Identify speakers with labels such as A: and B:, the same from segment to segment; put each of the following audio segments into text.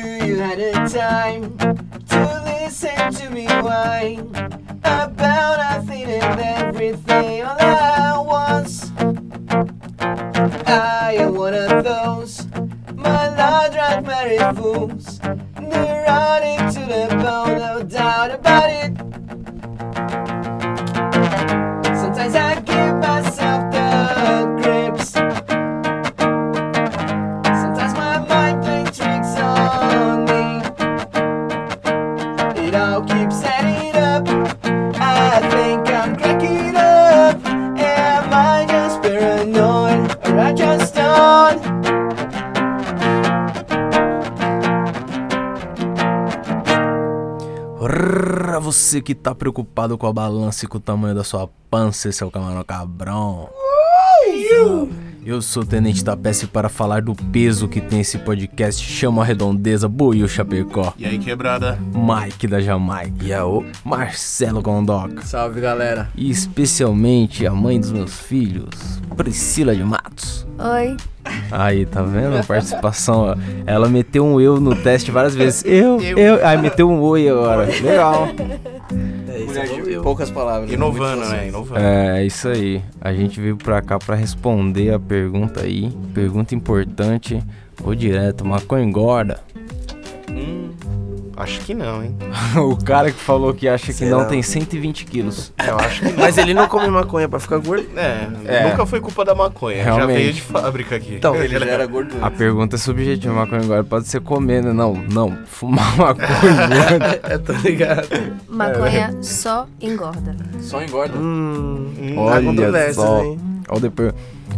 A: had a time to listen to me whine about nothing and everything all at once. I am one of those melodramatic married fools, neurotic to the bone, no doubt about it. Sometimes I give myself the grips. Sometimes my mind plays tricks on me. It all keeps adding up. I think I'm cracking up. Am I just paranoid? Or I just on?
B: Rrr, Você que tá preocupado com a balança e com o tamanho da sua pança, esse é o camarão cabrão. Eu sou o Tenente Tapece para falar do peso que tem esse podcast. Chama a Redondeza, Buiu Chapecó,
C: E aí, quebrada?
B: Mike da Jamaica, Yaô, Marcelo Gondoca
D: Salve galera.
B: e especialmente a mãe dos meus filhos, Priscila de Matos.
E: Oi.
B: Aí, tá vendo a participação? ó? Ela meteu um eu no teste várias vezes. Eu, eu. Aí meteu um oi agora. Legal.
D: É isso, poucas palavras.
C: Inovando,
D: Muito
C: né?
D: vocês.
C: Inovando.
B: É, isso aí. A gente veio pra cá pra responder a pergunta aí. Pergunta importante. Vou direto, maconha engorda.
C: Acho que não, hein?
B: o cara que falou que acha que
D: Sei
B: não,
D: não.
B: tem 120 quilos.
C: Eu acho que
D: Mas ele não come maconha pra ficar gordo?
C: É,
B: É.
C: nunca foi culpa da maconha.
B: Realmente.
C: Já veio de fábrica aqui.
D: Então, ele já era gordo.
B: A pergunta é subjetiva, maconha engorda pode ser comer, né? Não, não, fumar maconha engorda.
D: É, tô ligado.
E: Maconha
B: É.
E: só engorda.
D: Só engorda.
C: Hum,
D: Ó.
B: Olha
D: controvérsias,
B: só.
D: hein?
B: Ó, depois...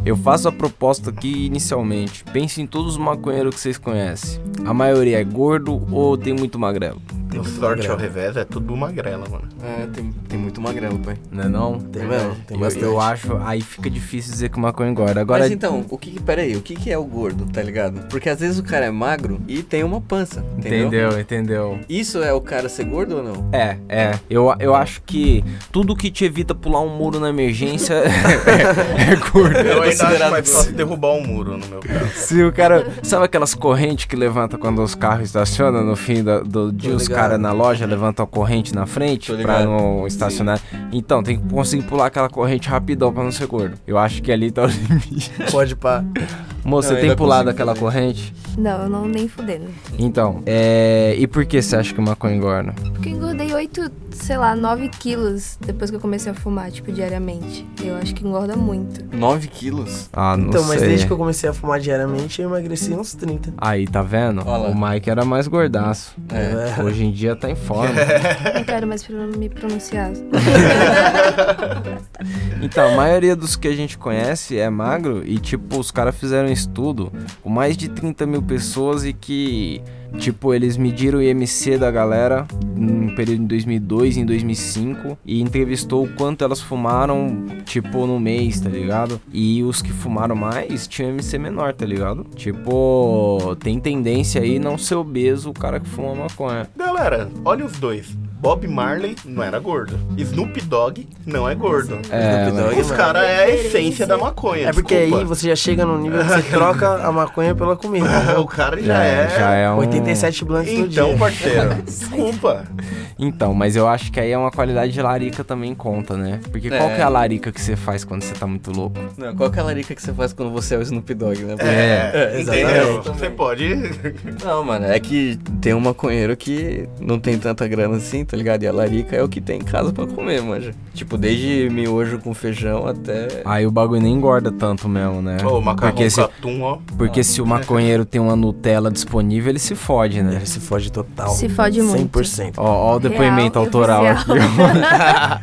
B: Eu faço a proposta aqui inicialmente. Pense em todos os maconheiros que vocês conhecem. A maioria é gordo ou tem muito magrelo?
C: tem um sorte ao revés, é tudo magrela, mano.
D: É, tem, tem muito magrelo, pai.
B: Não é não?
D: Tem mesmo, tem
B: eu,
D: bastante.
B: eu acho, aí fica difícil dizer que maconha engorda. Agora,
D: Mas então, o que que, pera aí, o que que é o gordo, tá ligado? Porque às vezes o cara é magro e tem uma pança, entendeu?
B: entendeu, entendeu.
D: Isso é o cara ser gordo ou não?
B: É, é. Eu, eu acho que tudo que te evita pular um muro na emergência é, é
C: Eu
B: gordo.
C: ainda acho
D: considerado
C: mais fácil derrubar um muro no meu caso.
B: Se o cara. Sabe aquelas correntes que levanta quando os carros estacionam no fim da- do dia? Os
D: ligado.
B: caras na loja levantam a corrente na frente
D: Tô
B: pra
D: ligado.
B: não estacionar. Então, tem que conseguir pular aquela corrente rapidão pra não ser gordo. Eu acho que ali tá o limite.
D: Pode pá.
B: Moço,
D: Não,
B: você
D: eu
B: tem
D: ainda
B: pulado
D: consigo
B: aquela
D: fazer isso.
B: corrente?
E: Não, eu não nem fudendo.
B: Então, é. E por que você acha que maconha engorda?
E: Porque eu engordei 8, sei lá, 9 quilos depois que eu comecei a fumar, tipo, diariamente. Eu acho que engorda muito.
D: 9 quilos?
B: Ah, não
F: Então,
B: sei.
F: mas desde que eu comecei a fumar diariamente, eu emagreci uns 30.
B: Aí, tá vendo?
D: Olha lá.
B: O Mike era mais gordaço.
D: É.
B: Hoje em dia tá em forma.
E: Não quero mais pro- me pronunciar.
B: Então, a maioria dos que a gente conhece é magro e, tipo, os caras fizeram um estudo com mais de 30 mil pessoas e que, tipo, eles mediram o IMC da galera num período em 2002 e em 2005 e entrevistou o quanto elas fumaram, tipo, no mês, tá ligado? E os que fumaram mais tinham IMC menor, tá ligado? Tipo, tem tendência aí não ser obeso o cara que fuma maconha.
C: Galera, olha os dois. Bob Marley não era gordo. Snoop Dogg não é gordo.
B: É,
D: Snoop Dogg,
C: Os
D: mano.
C: caras é a essência da maconha.
F: É porque
C: desculpa.
F: aí você já chega no nível que você troca a maconha pela comida.
C: o cara já é.
B: já é um...
F: 87 blunts no
C: Então,
F: dia.
C: parceiro, desculpa.
B: Então, mas eu acho que aí é uma qualidade de larica também conta, né? Porque qual
D: É.
B: que é a larica que você faz quando você tá muito louco?
D: Não, qual que é a larica que você faz quando você é o Snoop Dogg, né?
C: É,
F: É,
C: entendeu? Então
F: exatamente.
C: Você pode.
D: Não, mano, é que tem um maconheiro que não tem tanta grana assim, tá ligado? E a larica é o que tem em casa pra comer, manja. Tipo, desde miojo com feijão até.
B: Aí o bagulho nem engorda tanto mesmo, né?
C: Ô, macarrão
B: porque
C: com
B: se,
C: atum, ó.
B: porque se o maconheiro tem uma Nutella disponível, ele se fode, né?
F: Ele se fode total.
E: Se fode muito.
F: 100%.
B: Ó, ó o depoimento
E: Real
B: autoral
E: oficial.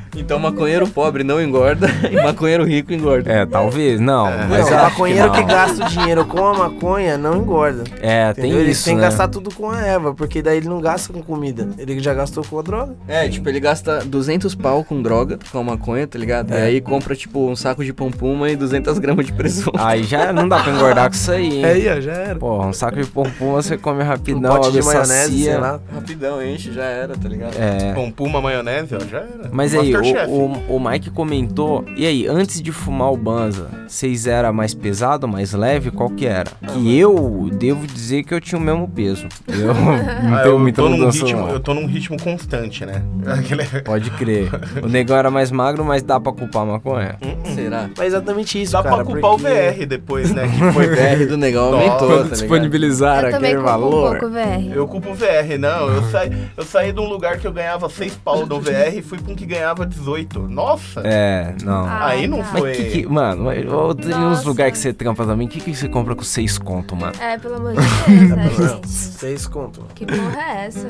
B: aqui.
D: Então, maconheiro pobre não engorda e maconheiro rico engorda.
B: É, talvez, não. Mas
F: Não,
B: eu
F: o
B: acho
F: maconheiro
B: não.
F: que, gasta o dinheiro com a maconha não engorda.
B: É, tem
F: Entendeu? Ele
B: isso,
F: tem que
B: né?
F: gastar tudo com a erva, porque daí ele não gasta com comida. Ele já gastou com a droga.
D: É, tipo, ele gasta 200 pau com droga, com maconha, tá ligado?
F: É.
D: E aí compra, tipo, um saco de pompuma e 200 gramas de presunto. Ah,
B: Aí já não dá pra engordar com isso aí, hein?
F: É aí, ó, já era.
B: Porra, um saco de pompom você come
F: Um
B: rapidão,
F: pote
B: abre
F: de maionese, sei
B: sacia.
F: lá.
D: Rapidão, enche, já era, tá ligado?
B: É.
C: Com puma, maionese, ó, já era.
B: Mas aí,
C: Masterchef.
B: o, o, o Mike comentou, e aí, antes de fumar o Banza, vocês era mais pesado, mais leve, qual que era? Que eu devo dizer que eu tinha o mesmo peso. Eu não
C: Ah,
B: tenho
C: eu,
B: muita
C: tô num
B: mudança,
C: ritmo,
B: não.
C: eu tô num ritmo constante, né? Aquele-
B: Pode crer. O negão era mais magro, mas dá pra culpar a maconha.
D: Será?
F: Mas é exatamente isso,
C: Dá
F: cara.
C: pra culpar
F: porque-
C: o VR depois, né? Que foi
D: O VR do negão aumentou,
C: Nossa.
D: tá ligado?
B: disponibilizaram
E: eu também compro um pouco VR.
C: Eu culpo o VR, não. Eu saí, eu saí de um lugar que eu ganhava 6 pau do VR e fui pra um que ganhava 18. Nossa!
B: É, não.
E: Ah,
C: Aí não
E: tá.
C: foi.
B: mas que que. Mano, mas eu- tem uns
E: Nossa.
B: lugares que você trampa também. O que, que você compra com seis conto, mano?
E: É, pelo amor de Deus, né,
F: Não,
E: gente?
F: seis conto.
E: Que porra é essa?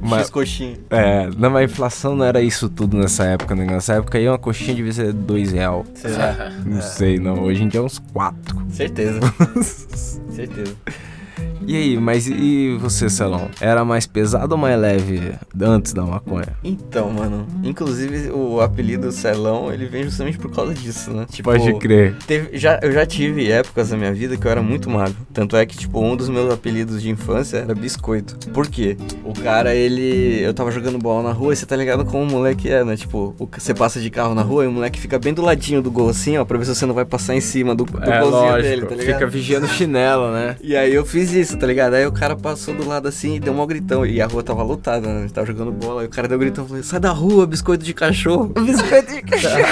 B: Mas-
D: X coxinha.
B: É, não, mas a inflação não era isso tudo nessa época, né? Nessa época aí uma coxinha devia ser dois real.
D: Será?
B: Não sei, não. Hoje em dia é uns quatro.
D: Certeza. Certeza.
B: E aí, mas e você, Celão? Era mais pesado ou mais leve antes da maconha?
D: Então, mano, inclusive o apelido Celão, ele vem justamente por causa disso, né? Tipo,
B: Pode crer.
D: Teve- já, eu já tive épocas da minha vida que eu era muito magro. Tanto é que, tipo, um dos meus apelidos de infância era biscoito. Por quê? O cara, ele. Eu tava jogando bola na rua e você tá ligado como o moleque é, né? Tipo, o ca- você passa de carro na rua e o moleque fica bem do ladinho do gol assim, ó, pra ver se você não vai passar em cima do, do
B: É,
D: golzinho
B: lógico.
D: dele, tá ligado?
B: Fica vigiando o chinelo, né?
D: E aí eu fiz isso, tá ligado? Aí o cara passou do lado assim e deu um gritão. E a rua tava lotada, né? A gente tava jogando bola. Aí o cara deu um gritão e falou: Sai da rua, biscoito de cachorro. Biscoito de cachorro.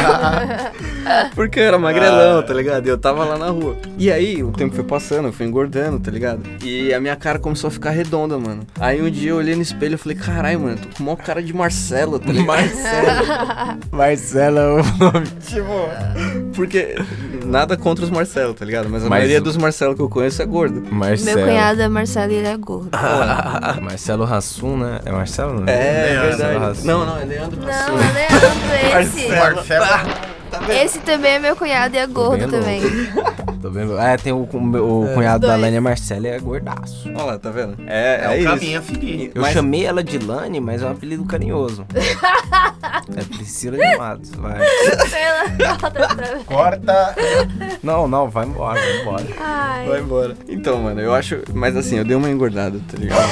D: Porque eu era magrelão, tá ligado? E eu tava lá na rua. E aí o tempo foi passando, eu fui engordando, tá ligado? E a minha cara começou a ficar redonda, mano. Aí um dia eu olhei no espelho e falei: Caralho, mano, tô com o maior cara de Marcelo, tá ligado? Marcelo.
B: Marcelo é o nome.
D: tipo, porque nada contra os Marcelo, tá ligado? Mas a
B: Mas-
D: maioria dos Marcelo que eu conheço é gordo.
B: Marcelo. Ah,
E: Meu cunhado é Marcelo e ele é gordo.
B: Marcelo Rassum, né? É Marcelo, né?
D: É, é
C: Leandro
D: verdade.
B: Hassum.
D: Não, não, é Leandro
E: Não,
D: Hassum.
E: o Leandro, esse.
C: Marcelo.
E: Esse também é meu cunhado e é gordo
B: vendo?
E: também.
B: Tô vendo. É, tem o, o cunhado da Lani, é Marcelo, e é gordaço.
D: Olha lá, tá vendo? É,
C: É
D: é,
C: o
D: isso.
C: caminho a seguir.
B: Eu
D: Mas-
B: chamei ela de Lani, mas é um apelido carinhoso. é Priscila de Matos, vai.
E: Ela volta pra-
C: Corta!
B: Não, não, vai embora, vai embora.
D: Vai
E: Ai.
D: embora. Então, mano, eu acho. Mas assim, eu dei uma engordada, tá ligado?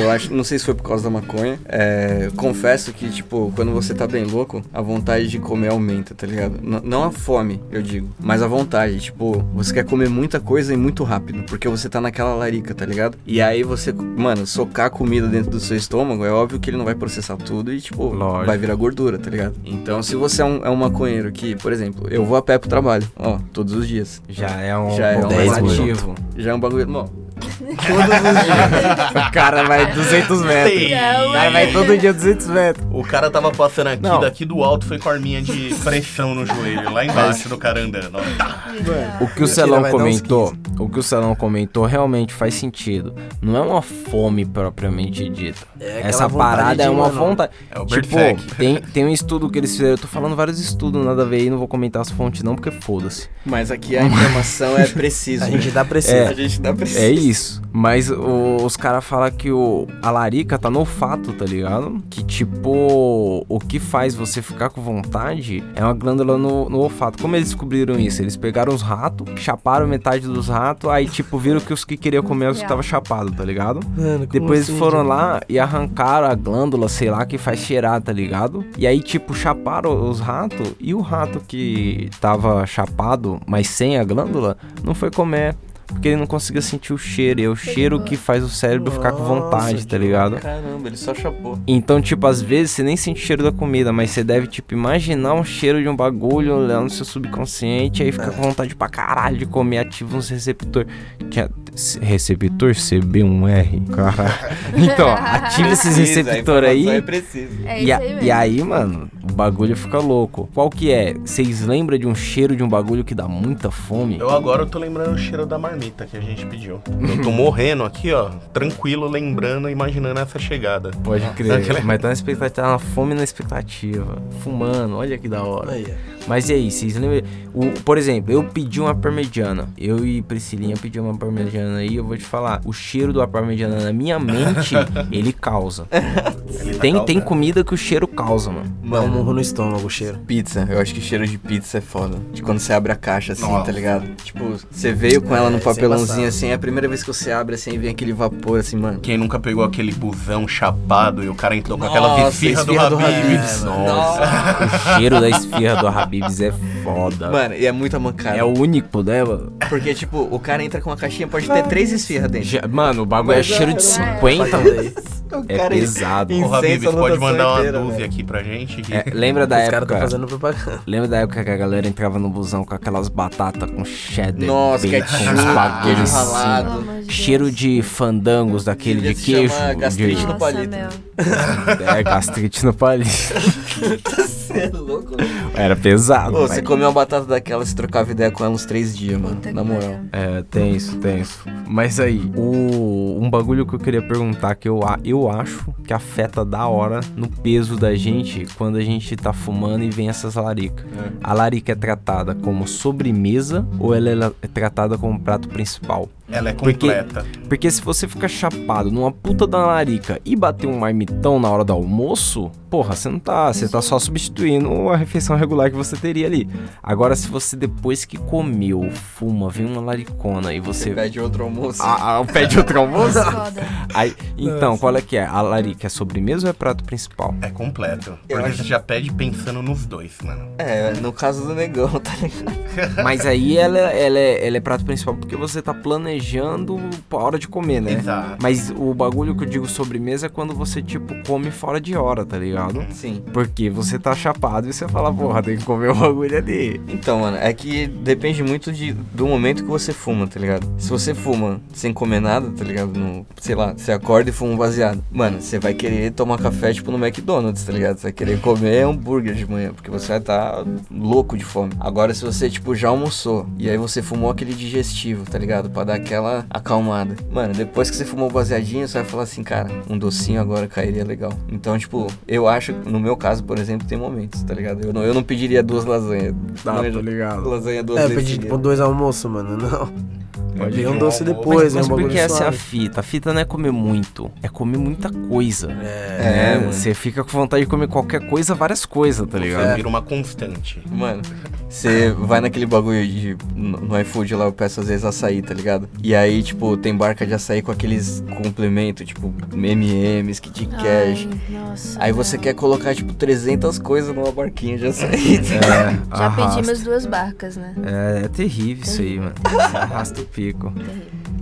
D: Eu acho. Não sei se foi por causa da maconha. É, confesso que, tipo, quando você tá bem louco, a vontade de comer aumenta, tá ligado? N- não a fome, eu digo, mas a vontade. Tipo, você quer comer muita coisa e muito rápido, porque você tá naquela larica, tá ligado? E aí você, mano, socar a comida dentro do seu estômago, é óbvio que ele não vai processar tudo e, tipo,
B: Lógico.
D: vai virar gordura, tá ligado? Então, se você é um, é um maconheiro que, por exemplo, eu vou a pé pro trabalho, ó, todos os dias.
B: Já é um,
D: Já é um
B: bom
D: bagulho.
B: ativo.
D: Já é um bagulho. Bom,
B: o cara vai 200 metros.
C: Sim.
B: O cara vai todo dia 200 metros.
C: O cara tava passando aqui,
B: Não.
C: daqui do alto foi com a arminha de pressão no joelho, lá embaixo do cara andando. ó. Tá.
B: O que o Celão comentou, o que o Celão comentou realmente faz sentido. Não é uma fome propriamente dita.
F: É aquela
B: Essa
F: vontade
B: parada é
F: de,
B: uma
F: mano,
B: vontade.
C: É o
B: tipo,
C: Berserk.
B: tem, tem um estudo que eles fizeram. Eu tô falando vários estudos, nada a ver aí, não vou comentar as fontes não, porque foda-se.
D: Mas aqui a informação é precisa.
F: A gente dá preciso.
B: É.
D: A gente dá precisa.
B: É isso. Mas o- os caras falam que o, a larica tá no olfato, tá ligado? Que tipo, o que faz você ficar com vontade é uma glândula no, no olfato. Como eles descobriram isso? Eles pegaram os ratos, chaparam metade dos ratos, aí tipo, viram que os que queriam comer eram os que estavam chapados, tá ligado?
F: Mano, como
B: Depois
F: assim,
B: eles foram
F: gente?
B: lá e arrancaram a glândula, sei lá, que faz cheirar, tá ligado? E aí, tipo, chaparam os ratos e o rato que tava chapado, mas sem a glândula, não foi comer. Porque ele não conseguia sentir o cheiro. E é o cheiro que faz o cérebro ficar com vontade,
F: Nossa,
B: tá ligado?
D: Caramba, ele só chapou.
B: Então, tipo, às vezes você nem sente o cheiro da comida, mas você deve, tipo, imaginar um cheiro de um bagulho lá no seu subconsciente, aí
D: É.
B: fica com vontade pra caralho de comer, ativa uns receptor. Tinha c- receptor CB1R, cara. Então, ativa esses receptores aí.
D: É preciso.
E: É
B: E,
E: isso
B: a-
E: aí
B: e
E: mesmo.
B: aí, mano, o bagulho fica louco. Qual que é? Vocês lembram de um cheiro de um bagulho que dá muita fome?
C: Eu agora tô lembrando o cheiro da marmita que a gente pediu. Eu tô morrendo aqui, ó, tranquilo, lembrando, imaginando essa chegada.
B: Pode
C: Aquela-
B: crer. Mas tá na expectativa, tá na fome e na expectativa. Fumando, olha que da hora.
F: Aí, ó.
B: Mas e aí, vocês lembram? O, por exemplo, eu pedi uma parmegiana. Eu e Priscilinha pedi uma parmegiana aí. Eu vou te falar, o cheiro da parmegiana na minha mente, ele né? causa.
C: Ele tá
B: Tem,
C: causando.
B: tem comida que o cheiro causa, mano.
F: Dá um
D: Mano,
F: murro no estômago o cheiro.
D: pizza. Eu acho que cheiro de pizza é foda. De quando você abre a caixa, assim,
C: Nossa.
D: tá ligado? Tipo, você veio com ela
F: É,
D: no
F: isso é
D: papelãozinho,
F: embaçado.
D: assim, é a primeira vez que você abre, assim, e vem aquele vapor, assim, mano.
C: Quem nunca pegou aquele busão chapado e o cara entrou com aquela
D: Nossa,
C: esfirra do
D: esfirra do
C: Habibs?
D: Habib's.
C: Nossa.
B: O cheiro da esfirra do Habibs é foda.
D: Mano, e é muita mancada.
B: É o único, né, mano?
D: Porque, tipo, o cara entra com uma caixinha, pode ter três esfirras dentro.
B: Já- Mano, o bagulho é
D: Mas,
B: cheiro de
D: é,
B: 50,
D: é.
B: mano.
D: O
B: É pesado.
D: Incenso
C: Ô, Habibs,
D: a lotação
C: pode mandar uma
D: inteira,
C: dúzia
D: é velho.
C: aqui pra gente? Que...
B: É, lembra da
D: tá
F: Os caras
B: época.
F: estão fazendo propaganda.
B: Lembra da época que a galera entrava no busão com aquelas batatas com cheddar,
D: Nossa,
B: bacon, uns
D: ketchup,
B: bagulhos
D: queijo
B: assim.
D: ralado.
E: Pelo amor de Deus.
B: Cheiro de fandangos daquele
D: Devia
B: de
D: se
B: queijo.
D: chamar
B: de-
D: gastrite no
E: Nossa,
D: palito.
E: meu.
B: É, gastrite no palito.
D: Você é louco,
B: Era pesado.
D: Ô,
B: mas-
D: você comeu uma batata daquela, se trocava ideia com ela uns três dias, mano.
E: Puta
D: Na
E: que
D: moral.
E: pariu.
B: É, tenso, tenso. Mas aí, o, um bagulho que eu queria perguntar, que eu, a- eu acho que afeta da hora no peso da gente quando a gente tá fumando e vem essas laricas. A larica é tratada como sobremesa ou ela é la- é tratada como prato principal?
C: Ela é
B: Porque-
C: completa.
B: Porque se você ficar chapado numa puta da larica e bater um marmitão na hora do almoço, porra, você não tá. Você tá só substituindo a refeição regular que você teria ali. Agora, se você depois que comeu, fuma, vem uma laricona e
D: Você
B: você.
D: pede outro almoço.
B: Ah, ah, pede outro almoço?
E: Foda.
B: Aí, então, qual é que é? A larica é sobremesa ou é prato principal?
C: É completo.
D: Eu
C: Porque
D: acho-
C: você já pede pensando nos dois, mano.
D: É, no caso do negão, tá ligado?
B: Mas aí ela, ela, é, ela é prato principal porque você tá planejando a hora de comer,
D: É.
B: né?
C: Exato.
B: Mas o bagulho que eu digo sobremesa é quando você, tipo, come fora de hora, tá ligado?
D: Sim.
B: Porque você tá chapado e você fala, porra, tem que comer o bagulho ali.
D: Então, mano, é que depende muito de, do momento que você fuma, tá ligado? Se você fuma sem comer nada, tá ligado? No, sei lá, você acorda e fuma um baseado. Mano, você vai querer tomar café, tipo, no McDonald's, tá ligado? Você vai querer comer hambúrguer de manhã, porque você vai tá louco de fome. Agora, se você, tipo, já almoçou e aí você fumou aquele digestivo, tá ligado? Pra dar aquela acalmada. Mano, depois que você fumou o baseadinho, você vai falar assim, cara, um docinho agora cairia legal. Então, tipo, eu acho, no meu caso, por exemplo, tem momentos, tá ligado? Eu não, eu não pediria duas lasanhas. Não, eu-
B: ligado?
D: Lasanha duas
F: É, eu
D: vezes
F: pedi tipo
D: seguidas.
F: dois almoços, mano. Não.
C: Pode
F: Peguei um
C: pedir
F: doce
C: almoço.
F: depois, é um
B: Mas
F: bagulho
B: porque essa é a
F: suave.
B: fita. A fita não é comer muito, é comer muita coisa.
F: É.
D: É,
B: né?
D: mano.
B: Você fica com vontade de comer qualquer coisa, várias coisas, tá ligado?
F: É.
C: Você Então vira uma constante.
D: Mano, você vai naquele bagulho de. No no iFood lá eu peço às vezes açaí, tá ligado? E aí, tipo, tem barca de açaí com aqueles complementos, tipo, MMs, Kit Kat.
E: Ai, nossa,
D: é Aí você
E: não.
D: quer colocar, tipo, 300 coisas numa barquinha de açaí. tá ligado?
B: É,
E: Já
B: arrasta.
E: pedimos duas barcas, né?
B: É, é terrível isso aí, mano. Arrasta o pico.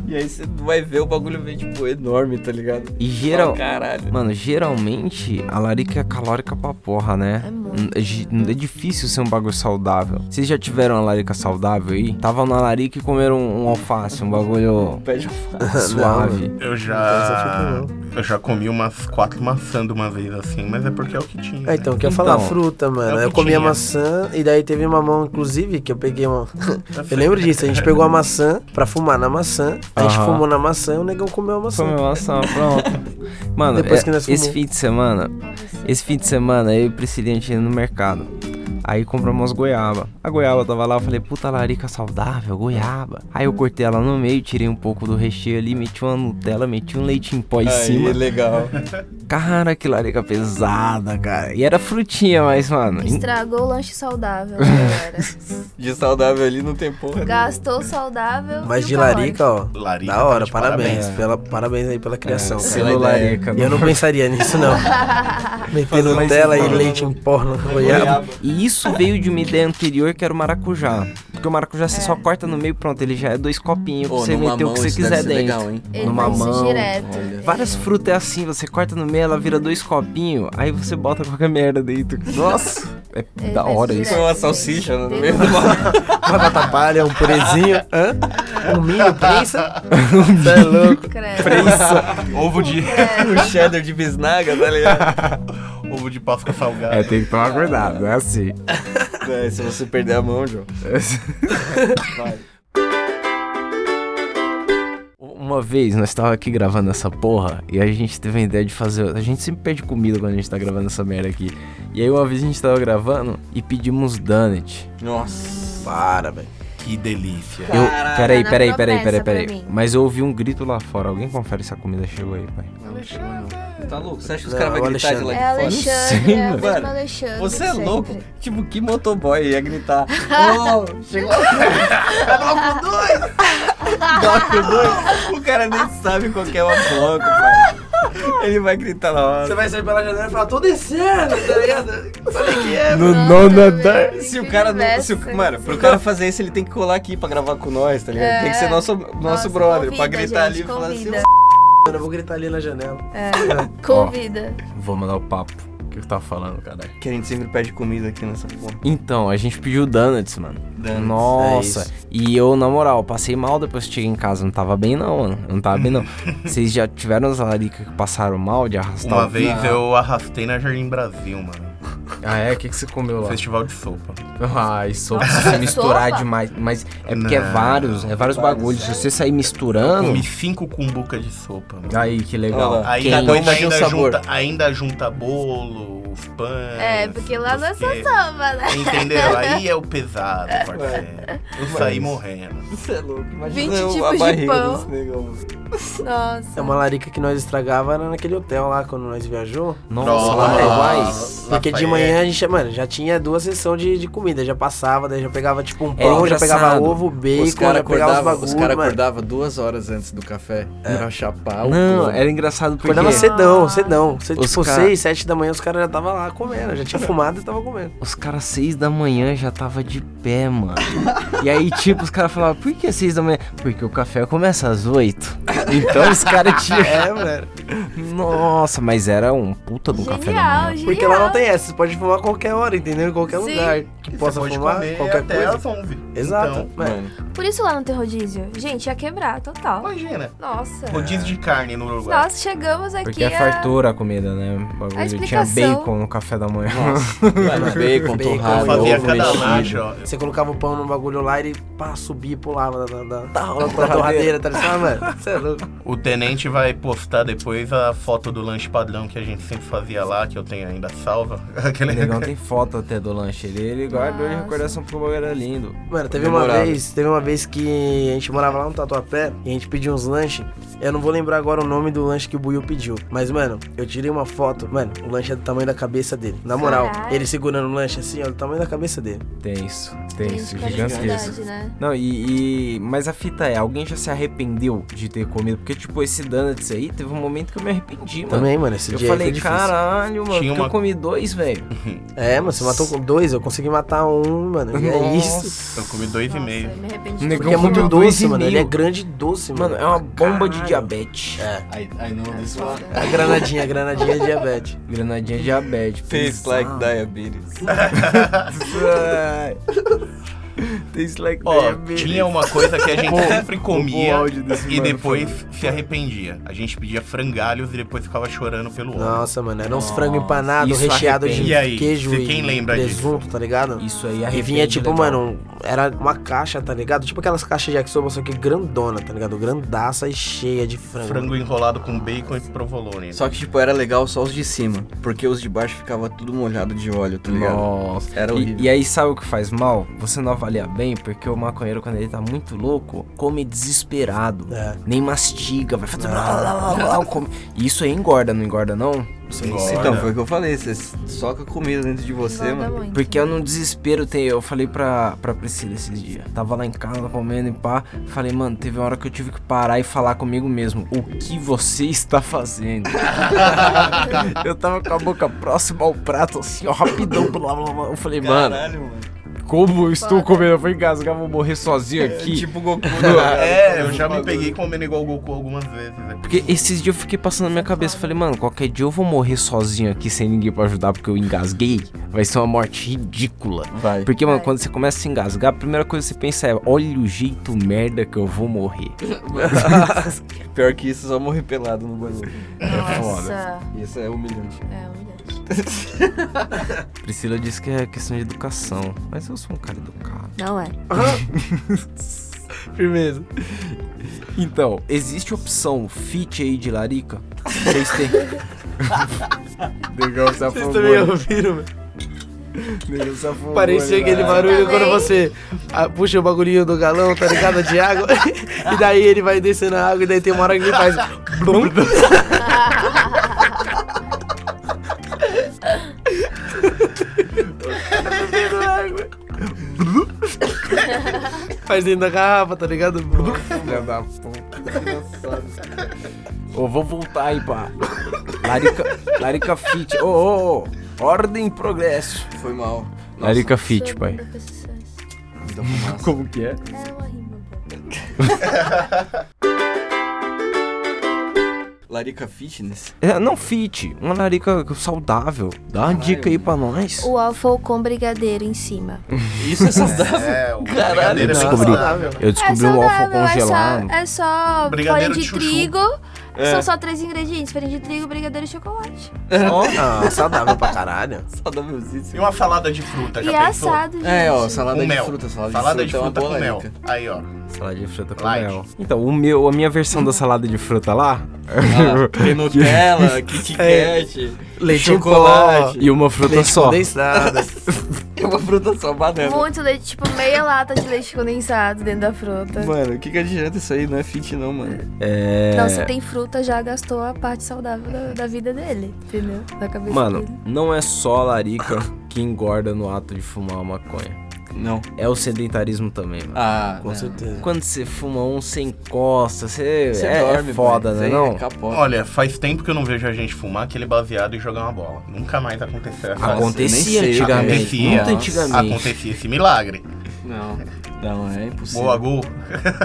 D: E aí você vai ver o bagulho vem, tipo, enorme, tá ligado?
B: E
D: Geral...
B: geral.
D: Caralho.
B: Mano, geralmente a larica é calórica pra porra, né?
E: É muito.
B: É gi- É difícil ser um bagulho saudável. Vocês já tiveram uma larica saudável aí? Estavam na larica e comeram um, um alface, um bagulho
D: Pede
B: suave.
C: Eu
F: Não
C: já.
F: tem
C: Eu já comi umas quatro maçãs de uma vez assim, mas é porque é o que tinha.
F: É,
C: né?
F: então, eu queria falar
B: Então,
F: fruta,
C: é o
F: mano.
C: que
F: Eu comi
C: tinha.
F: a maçã e daí teve uma mão, inclusive, que eu peguei uma.
C: sei.
F: Eu lembro disso, a gente pegou a maçã pra fumar na maçã, a gente
B: Aham.
F: fumou na maçã e o negão comeu a maçã.
B: Comeu maçã, pronto. Mano,
F: Depois
B: é-
F: que nós
B: esse
F: fumou.
B: fim de semana,
E: Nossa.
B: Esse fim de semana eu e Priscilinha a gente ia no mercado. Aí compramos umas goiaba. A goiaba tava lá, eu falei, puta larica saudável, goiaba. Aí eu cortei ela no meio, tirei um pouco do recheio ali, meti uma Nutella, meti um leite em pó em cima.
D: legal.
B: Cara, que larica pesada, cara. E era frutinha, mas, mano. em-
E: Estragou o lanche saudável, galera.
D: De saudável ali não tem porra.
E: Gastou o saudável.
F: Mas
E: e o
F: de
E: calórico.
F: larica, ó.
C: Larica,
F: Da hora,
C: tá de
F: parabéns.
B: parabéns.
F: Pela, parabéns aí pela criação.
B: É,
F: cara.
D: pela
B: selo larica.
F: E eu não pensaria nisso, não. Meter
B: Fazendo mais
F: Nutella e
B: um-
F: leite em pó no goiaba.
B: E isso veio de uma ideia anterior que era o maracujá. Porque o maracujá você só corta no meio, pronto, ele já é dois copinhos pra
D: Ô,
B: você
D: numa
B: meter o
D: mão
B: que você
D: isso deve
B: quiser
D: ser
B: dentro.
D: legal, hein?
E: Ele
B: numa
E: faz isso
B: mão.
E: direto.
D: Olha.
B: Várias frutas é assim, você corta no meio, ela
E: Uhum.
B: vira dois copinhos, aí você bota qualquer merda dentro. Nossa, é
E: Ele
B: da
E: faz
B: hora isso.
E: direto,
D: Foi uma
E: gente.
D: salsicha né, no
E: Tem
D: meio
E: noção.
F: Uma
B: é
F: batapalha, um purezinho. Hã? Um milho, prensa. Você é louco.
E: Credo.
C: Ovo de.
D: Um cheddar de bisnaga, tá ligado?
C: Ovo de Páscoa salgada.
B: É, tem que tomar cuidado, é assim.
D: É, se você perder a mão, João.
B: Uma vez nós tava aqui gravando essa porra e a gente teve a ideia de fazer. A gente sempre pede comida quando a gente tá gravando essa merda aqui. E aí uma vez a gente tava gravando e pedimos donut.
D: Nossa.
F: Para, velho.
C: Que delícia.
B: Eu,
D: Caralho.
B: peraí,
E: Tá na
B: peraí, peraí, peraí,
E: promessa
B: peraí.
E: pra mim.
B: Mas eu ouvi um grito lá fora. Alguém confere se a comida chegou aí, pai.
E: Não chegou, não.
D: Tá louco? Você acha que os
F: Não,
D: caras vão gritar de
F: Alexandre.
D: lá de
E: É
D: fora?
E: Alexandre, é a
D: Mano,
E: mesma Alexandre.
D: Você é
E: de sempre.
D: louco? Tipo, que motoboy ia gritar? Ô, chegou um É bloco 2! bloco 2! O cara nem sabe qual que é o bloco, pai. Ele vai gritar na hora.
F: Você vai sair pela janela e falar, tô descendo, tá ligado? Olha que é,
B: No
E: Nossa,
B: nono
E: velho,
B: andar.
E: que né?
D: Se o cara não. Se
E: conversa.
D: o, mano, pro cara fazer isso, ele tem que colar aqui pra gravar com nós, tá ligado?
E: É.
D: Tem que ser nosso, nosso
E: Nossa,
D: brother, pra
E: convida,
D: gritar ali
E: gente,
D: e falar assim.
E: convida.
F: mano, eu vou gritar ali na janela.
E: É, convida.
B: Vou mandar o papo.
C: O que que tá falando, caralho?
D: "Ó, Que a gente sempre pede comida aqui nessa porra.
B: Então, a gente pediu donuts, mano.
D: Donuts,
B: Nossa.
D: é isso.
B: e eu, na moral, passei mal depois que cheguei em casa. Não tava bem, não, mano. Eu Não tava bem, não. Vocês já tiveram as laricas que passaram mal de arrastar
C: Uma
B: o-
C: vez eu arrastei na Jardim Brasil, mano.
B: Ah, é? O que, que você comeu lá?
C: Festival de sopa.
B: Ai, só pra você misturar
E: sopa?
B: demais. Mas é porque é
C: Não.
B: vários, é vários bagulhos. Se você sair misturando.
C: Comi cinco cumbuca de sopa, mano.
B: Aí, que legal.
D: Olha lá.
C: Aí
B: Quem-
D: cada um
C: ainda,
D: tinha um
C: ainda
D: sabor.
C: junta, ainda junta bolo, os pães.
E: É, porque lá não é só
C: porque-
E: samba, né?
C: Entendeu? Aí é o pesado, parceiro. Eu saí morrendo.
D: Você é louco, imagina
E: 20
D: o-
E: tipos
D: a
E: de
D: barriga
E: pão.
D: desse negão.
E: Nossa.
F: É uma larica que nós estragava era naquele hotel lá quando nós viajou.
B: Nossa, lá no
C: Nossa.
B: Uruguai.
F: Porque de
C: Lafayette.
F: manhã a gente, mano, já tinha duas sessões de, de comida, já passava, daí já pegava tipo um
B: Era
F: pão, já pegava
B: engraçado.
F: ovo, bacon,
D: Os caras
F: já pegava os
D: acordavam
F: bagulhos,
D: os cara
F: mano.
D: acordava duas horas antes do café pra chapar o
B: Não,
D: pão.
B: era engraçado porque
F: Acordava cedão, cedão. Cê,
B: Os
F: tipo,
B: ca-
F: seis, sete da manhã os caras já tava lá comendo, já tinha fumado e tava comendo.
B: os caras seis da manhã já tava de pé, mano. E aí, tipo, os caras falavam, por que seis da manhã? Porque o café começa às oito. Então os caras tinham. É, velho. Nossa, mas era um puta do café da
E: Genial,
B: manhã.
E: genial.
F: Porque lá não tem essa, você pode fumar a qualquer hora, entendeu? Em qualquer
E: Sim.
F: lugar. Que
C: Você
F: possa
C: pode
F: fumar
C: é comer
F: qualquer
C: até
F: coisa.
C: às 11.
F: Exato.
C: Então,
F: mano.
E: Por isso lá não tem rodízio. Gente, ia quebrar, total.
C: imagina.
E: Nossa.
C: Rodízio de carne no Uruguai.
E: Nossa, chegamos aqui
B: Porque é
E: a-
B: fartura a comida, né? O bagulho tinha
E: explicação-
B: bacon no café da manhã.
D: Mano, bacon,
F: Bacon,
C: Eu
D: torrado,
C: fazia
D: ovo
C: cada lanche,
D: mexido.
C: ó.
F: Você colocava o pão num bagulho lá e ele pá, subia e pulava da, da, da, da torradeira, tá ligado? Ah, mano, você é louco.
C: O tenente vai postar depois a foto do lanche padrão que a gente sempre fazia lá, que eu tenho ainda salva. Aquele
B: O negão tem foto até do lanche dele, ele guardou de
E: Nossa.
B: recordação porque o bagulho era lindo.
F: Mano, teve uma
D: Memorável.
F: vez, teve uma vez que a gente morava lá no Tatuapé e a gente pediu uns lanches. Eu não vou lembrar agora o nome do lanche que o Buiu pediu. Mas, mano, eu tirei uma foto. Mano, o lanche é do tamanho da cabeça dele. Na moral,
E: Caralho.
F: ele segurando o lanche assim, ó, do tamanho da cabeça dele.
B: Tenso, tenso,
E: Gente, que
B: gigantesco.
E: verdade, né?
B: Não, e, e- Mas a fita é, alguém já se arrependeu de ter comido? Porque, tipo, esse donuts aí, teve um momento que eu me arrependi, mano.
F: Também, mano, esse
B: eu
F: dia aí
B: falei,
F: foi difícil.
B: caralho, mano,
C: Tinha
B: porque
C: uma-
B: eu comi dois, velho.
F: É, mano, você matou com dois, eu consegui matar um, mano. E é isso.
C: Eu comi dois
E: Nossa,
C: e meio.
E: eu me arrependi.
B: Negão
F: Porque é
B: comeu
F: muito
B: dois
F: doce,
B: e
F: mano. Ele é
B: meio.
F: grande e doce, mano.
B: Mano, é uma bomba de diabetes.
F: É.
D: I, I know this one.
E: Foda.
F: A granadinha, a granadinha é diabetes.
B: Granadinha de diabetes.
D: Tastes
B: pesado.
D: like diabetes.
B: Ai. Tastes like
C: Ó,
B: diabetes.
C: tinha uma coisa que a gente sempre comia
B: áudio desse
C: e
B: mano,
C: depois se arrependia. A gente pedia frangalhos e depois ficava chorando pelo óleo.
F: Nossa, mano, era uns
B: Nossa,
F: frango empanado,
B: isso
F: recheado de
B: arrepende.
C: E aí,
F: queijo
C: se
F: e
C: quem lembra
F: presunto, tá ligado?
B: Isso aí
F: E
B: arrepende
F: vinha tipo,
B: legal.
F: mano, um- era uma caixa, tá ligado? Tipo aquelas caixas de yakisoba, só que grandona, tá ligado? Grandaça e cheia de frango.
C: Frango enrolado com bacon e provolone.
D: Só que, tipo, era legal só os de cima. Porque os de baixo ficava tudo molhado de óleo, tá ligado?
B: Nossa,
D: Era
B: E-
D: horrível.
B: E, aí sabe o que faz mal? Você não avalia bem, porque o maconheiro, quando ele tá muito louco, come desesperado.
F: É.
B: Nem mastiga, vai fazer. blá, blá, blá, blá, come. E isso aí engorda, não engorda, não?
C: Você
F: tá
D: Então, foi o que eu falei, você soca comida dentro de você,
E: Engorda
D: mano.
E: muito.
B: Porque é eu no desespero, te- eu falei pra, pra Priscila esses dias. Tava lá em casa comendo e pá. Falei, mano, teve uma hora que eu tive que parar e falar comigo mesmo. O que você está fazendo? eu tava com a boca próxima ao prato, assim, ó, rapidão. Blá, blá, blá. Eu falei, mano,
D: mano.
B: como eu estou comendo? Eu vou engasgar, vou morrer sozinho aqui.
D: Tipo Goku. Tipo
C: É, eu já me peguei comendo igual Goku algumas vezes. né?
B: Porque esses dias eu fiquei passando na minha cabeça, falei, mano, qualquer dia eu vou morrer sozinho aqui sem ninguém pra ajudar porque eu engasguei. Vai ser uma morte ridícula.
D: Vai.
B: Porque, mano,
E: Vai.
B: quando você começa a se engasgar, a primeira coisa que você pensa é, olha o jeito merda que eu vou morrer.
D: Pior que isso, só morrer pelado no banheiro.
E: é Nossa.
D: Isso é humilhante.
E: É, humilhante.
B: Priscila disse que é questão de educação, mas eu sou um cara educado.
E: Não é.
B: Firmeza. Então, existe opção fit aí de larica? Vocês têm. Legal, você é
F: Vocês também ouviram, mano? Parecia aquele barulho
E: Também.
F: quando você ah, puxa o bagulhinho do galão, tá ligado? De água. e daí ele vai descendo a água e daí tem uma hora que ele faz. blum. faz dentro da garrafa, tá ligado?
B: Filha da puta. Ô, vou voltar aí, pá. Larica, Larica Fit. Ô, ô, ô. Ordem e progresso.
D: Foi mal. Então Nossa,
B: Larica Fit, pai.
D: muita fumaça.
B: Como que é?
E: É uma rima boa.
D: Larica Fitness.
B: É, não fit, uma larica saudável. Dá uma dica aí pra nós.
E: O waffle com brigadeiro em cima.
D: Isso é saudável.
C: É, o
D: Caralho,
C: brigadeiro é bem
B: descobri.
C: saudável.
B: Eu descobri o waffle congelado.
E: é só, é só
C: Brigadeiro
E: farinha de
C: de chuchu.
E: trigo. São só três ingredientes: farinha de trigo, brigadeiro e chocolate.
F: Ah, saudável pra caralho.
C: E
D: Saudávelzíssimo.
C: uma salada de fruta, já
E: E
C: pensou?
E: assado, gente.
D: É, ó, salada
C: com
D: de
C: mel.
D: fruta, salada, de
C: de fruta
D: fruta, é uma
C: com
D: boa
C: mel.
D: larica.
C: Aí, ó.
B: Salada de fruta com
C: Light.
B: mel. Então, o meu, a minha versão da salada de fruta lá.
D: Ah, tem Nutella, Kit Kat,
F: Leite em pó.
D: chocolate.
B: e uma fruta
F: Leite
B: só.
F: condensado.
D: E É uma fruta só, banana.
E: Muito leite, tipo meia lata de leite condensado dentro da fruta.
D: Mano, o que, que adianta isso aí? Não é fit não, mano.
B: É.
E: Não, se tem fruta, já gastou a parte saudável da, da vida dele, entendeu? Da cabeça
B: Mano,
E: dele.
B: não é só a larica que engorda no ato de fumar uma maconha.
D: Não.
B: É o sedentarismo também, mano.
D: Ah,
F: Com certeza.
B: Quando você fuma um, você encosta, você, é, é foda, né? Não?
D: Capota.
C: Olha, faz tempo que eu não vejo a gente fumar aquele baseado e jogar uma bola. Nunca mais aconteceu essa
B: Acontecia
D: nem sei,
B: antigamente.
C: acontecia.
B: Muito antigamente.
C: Acontecia esse milagre.
D: Não. Não, é impossível.
C: Boa gol.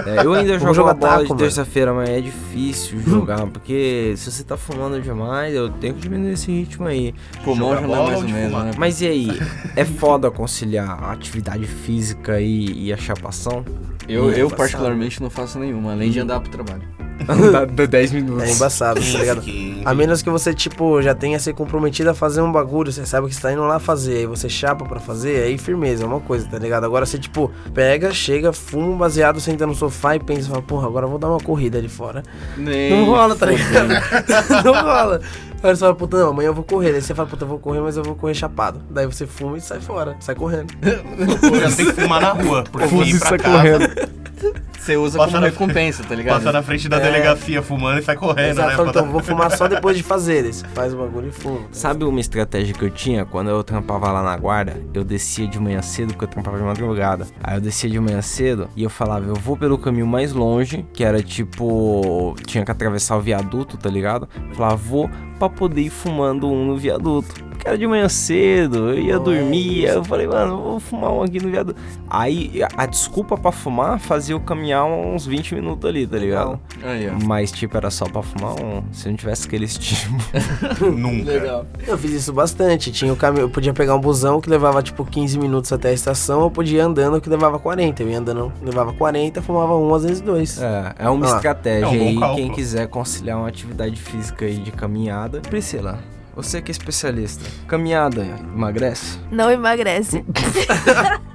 B: É, eu ainda jogo
F: jogar
B: a bola
F: taco,
B: de
F: mano.
B: terça-feira, mas é difícil jogar, porque se você tá fumando demais, eu tenho que diminuir esse ritmo aí.
D: Pulmão
C: Jogar
D: já não é
C: bola
D: mais
C: ou
D: o
C: de
D: mesmo,
C: fumar?
D: né?
B: Mas e aí, é foda conciliar a atividade física e, e a chapação?
D: Eu, eu
F: Embaçado.
D: particularmente não faço nenhuma, além de andar pro trabalho.
B: Dá 10 minutos.
F: É embaçado, tá ligado?
C: Que-
F: A menos que você, tipo, já tenha se comprometido a fazer um bagulho, você sabe que você tá indo lá fazer, aí você chapa pra fazer, aí firmeza, é uma coisa, tá ligado? Agora você, tipo, pega, chega, fuma um baseado, senta no sofá e pensa, fala, porra, agora eu vou dar uma corrida ali fora.
D: É, Nem.
F: Não rola, tá ligado? não rola. Aí você fala, puta, não, amanhã eu vou correr. Daí você fala, puta, eu vou correr, mas eu vou correr chapado. Daí você fuma e sai fora, sai correndo.
C: Já tem que fumar na rua, porque ir pra casa,
D: Você usa
C: Passa
D: como
C: na-
D: recompensa, tá ligado?
C: passa na frente da delegacia fumando e sai
B: É,
C: correndo,
F: Exato,
C: né?
F: fala,
C: Pra-
F: então, vou fumar só depois de fazer. Daí você faz o bagulho e fuma.
B: Sabe uma estratégia que eu tinha quando eu trampava lá na guarda? Eu descia de manhã cedo, porque eu trampava de madrugada. Aí eu descia de manhã cedo e eu falava, eu vou pelo caminho mais longe, que era tipo. Tinha que atravessar o viaduto, tá ligado? Eu Falava, vou pra poder ir fumando um no viaduto. Porque era de manhã cedo, eu ia dormir. Aí eu falei, mano, eu vou fumar um aqui no viaduto. Aí a- a desculpa pra fumar fazia eu caminhar uns 20 minutos ali, tá ligado?
D: Aí, ó.
B: Mas, tipo, era só pra fumar um. Se não tivesse aquele estímulo.
C: Nunca.
D: Legal.
F: Eu fiz isso bastante. Tinha o caminho, eu podia pegar um busão que levava tipo 15 minutos até a estação, eu podia ir andando que levava 40. Eu ia andando, levava 40, fumava um, às vezes dois.
B: É, é uma
F: Ah,
B: estratégia
C: é um bom
B: aí.
C: cálculo.
B: Quem quiser conciliar uma atividade física aí de caminhada. Priscila, você que é especialista, caminhada emagrece?
E: Não emagrece.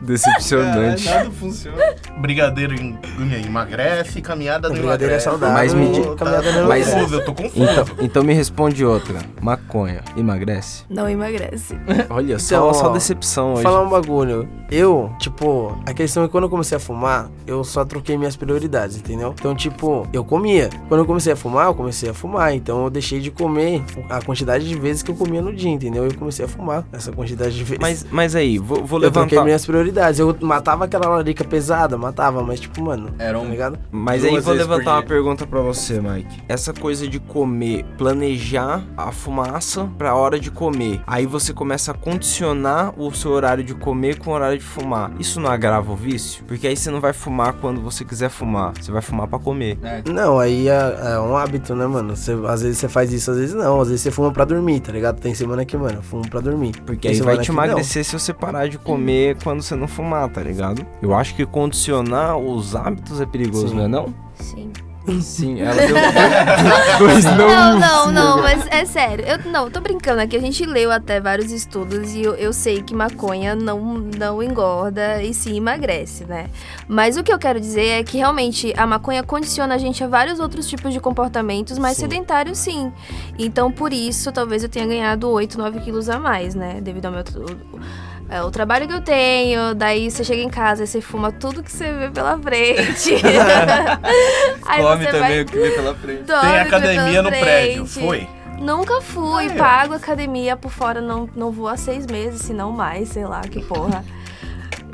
B: Decepcionante.
D: funciona.
C: Brigadeiro em- em- emagrece, caminhada não
F: Brigadeiro é
C: emagrece.
F: saudável,
B: Mas me di-
F: caminhada
C: eu
F: não
C: tô
B: Mas-
C: confuso, eu tô confuso.
B: Então, então me responde outra. Maconha, emagrece?
E: Não emagrece.
B: Olha,
F: Então,
B: só, só
F: ó,
B: decepção
F: Vou
B: hoje.
F: falar um bagulho. Eu, tipo, a questão é que quando eu comecei a fumar, eu só troquei minhas prioridades, entendeu? Então, tipo, eu comia. Quando eu comecei a fumar, eu comecei a fumar. Então, eu deixei de comer a quantidade de vezes que eu comia no dia, entendeu? Eu comecei a fumar essa quantidade de vezes.
B: Mas, mas aí, vou, vou
F: eu troquei
B: levantar.
F: minhas prioridades. Eu matava aquela larica pesada, matava, mas tipo, mano,
D: Era
F: tá
D: um
F: ligado?
B: Mas aí
D: Duas
B: vou
D: vezes por
B: levantar
D: dia.
B: uma pergunta pra você, Mike. Essa coisa de comer, planejar a fumaça pra hora de comer. Aí você começa a condicionar o seu horário de comer com o horário de fumar. Isso não agrava o vício? Porque aí você não vai fumar quando você quiser fumar. Você vai fumar pra comer.
F: Não, aí é, é um hábito, né, mano? Você- às vezes você faz isso, às vezes não. Às vezes você fuma pra dormir, tá ligado? Tem semana que, mano, eu fumo pra dormir.
B: Porque
F: Tem
B: aí
F: semana
B: vai te
F: que não.
B: emagrecer se você parar de comer quando você não fumar, tá ligado? Eu acho que condicionar os hábitos é perigoso,
F: Sim.
B: não é não?
E: Sim.
B: Sim, ela deu dois
E: Não, não, não, mas é sério. Eu não, tô brincando aqui. A gente leu até vários estudos e eu, eu sei que maconha não, não engorda e sim emagrece, né? Mas o que eu quero dizer é que realmente a maconha condiciona a gente a vários outros tipos de comportamentos, mas
F: Sim.
E: sedentários sim. Então por isso talvez eu tenha ganhado 8, 9 quilos a mais, né? Devido ao meu. é o trabalho que eu tenho, daí você chega em casa e você fuma tudo que você vê pela frente. Aí
D: Come
E: você
D: também
E: vai-
D: o que vem pela frente.
E: dorme,
C: Tem
E: vê pela
C: academia no prédio.
E: frente.
C: Foi.
E: Nunca fui,
C: Ah, é.
E: pago academia por fora, não, não vou há seis meses, se não mais, sei lá, que porra.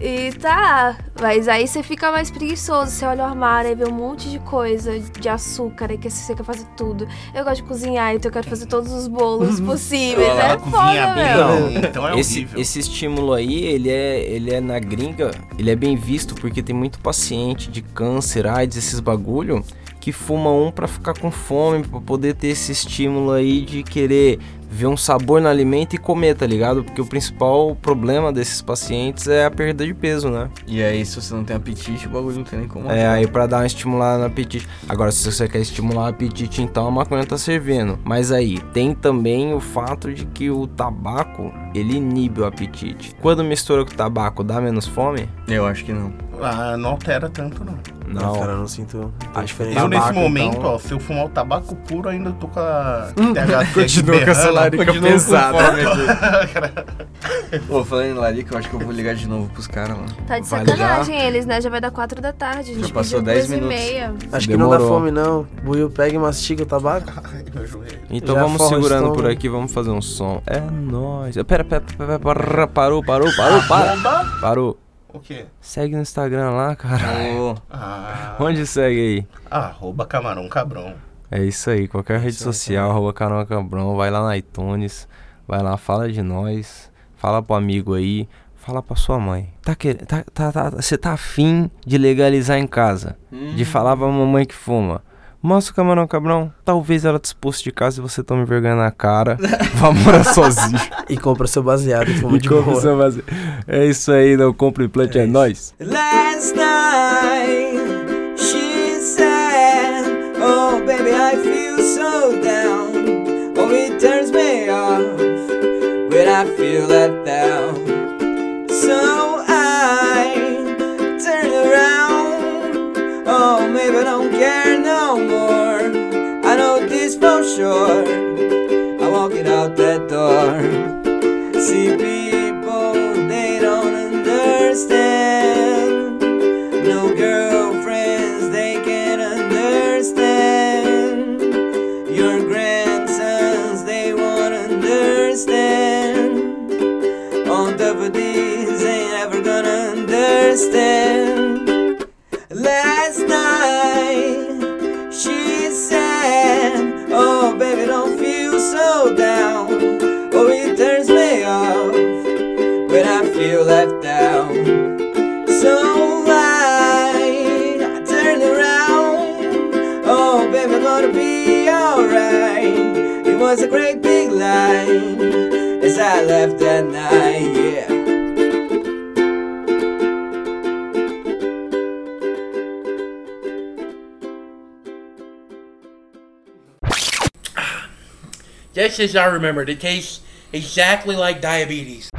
E: E tá, mas aí você fica mais preguiçoso, você olha o armário e vê um monte de coisa de açúcar, e que você quer fazer tudo. Eu gosto de cozinhar, então eu quero fazer todos os bolos possíveis.
D: Olha lá,
E: É
C: Ela cozinha
E: foda,
C: bem,
E: meu.
C: não, então é
B: esse,
C: horrível.
B: esse estímulo aí, ele é, ele é na gringa, ele é bem visto porque tem muito paciente de câncer, AIDS, esses bagulho, que fuma um pra ficar com fome, pra poder ter esse estímulo aí de querer ver um sabor no alimento e comer, tá ligado? Porque o principal problema desses pacientes é a perda de peso, né?
D: E aí, se você não tem apetite, o bagulho não tem nem como.
B: É, aí pra dar uma estimulada no apetite. Agora, se você quer estimular o apetite, então a maconha tá servindo. Mas aí, tem também o fato de que o tabaco, ele inibe o apetite. Quando mistura com o tabaco, dá menos fome?
D: Eu acho que não.
C: Ah, não altera tanto, não.
F: Não, cara,
B: Não.
F: eu não sinto a
B: Acho
F: diferença.
C: eu,
B: Tabaco,
C: nesse momento,
B: então.
C: ó, se eu fumar o tabaco puro, ainda tô com a THC
F: é
C: aqui berrando.
B: é
D: Continua com
F: pesada.
D: fome
B: né,
D: aqui. Pô, falando em larica, eu acho que eu vou ligar de novo pros caras, mano.
E: Tá de
B: Vai
E: sacanagem eles, né? Já vai dar quatro da tarde, a gente
D: passou
E: pediu
D: 10
E: duas e
D: minutos.
E: meia.
F: Acho que não dá
B: Demorou.
F: fome, não. Buiu pega e mastiga o tabaco.
C: Ai, meu joelho.
B: Então
F: Já
B: vamos
F: forra o
B: segurando por
F: estômago.
B: aqui, vamos fazer um som. É nóis. Pera, pera, pera, pera, pera, parou, parou, parou, parou,
C: Bomba?
B: parou.
C: O quê?
B: Segue no Instagram lá, cara.
D: Ô,
C: Ah,
B: Onde segue aí?
C: arroba camarão cabrão.
B: É isso aí, qualquer rede social, arroba Carol Cabrão, vai lá na iTunes, vai lá, fala de nós, fala pro amigo aí, fala pra sua mãe. Tá querendo, tá, tá, tá, você tá afim de legalizar em casa, de falar pra mamãe que fuma. Mostra o camarão cabrão, talvez ela te expulse de casa e você tome vergonha na cara. Vá morar sozinho.
F: E compra seu baseado e fuma de
B: E compre
F: boa.
B: seu vazio. É isso aí, não compre plant, é, nóis.
A: Last night she said, Oh baby, I feel so down. Oh, it turns me off when I feel let down. So I turn around. Oh, maybe I don't care no more. I know this for sure. I'm walking out that door. See people they don't understand. No girlfriends they can understand. Your grandsons they won't understand. On top of these they never gonna understand. Last night she said, Oh baby, don't feel so down. Oh, it turns me off when I feel left out. So I, I turn around. Oh, baby, I'm gonna be alright. It was a great big lie as I left that night. Yeah.
G: Just as I remembered, it tastes exactly like diabetes.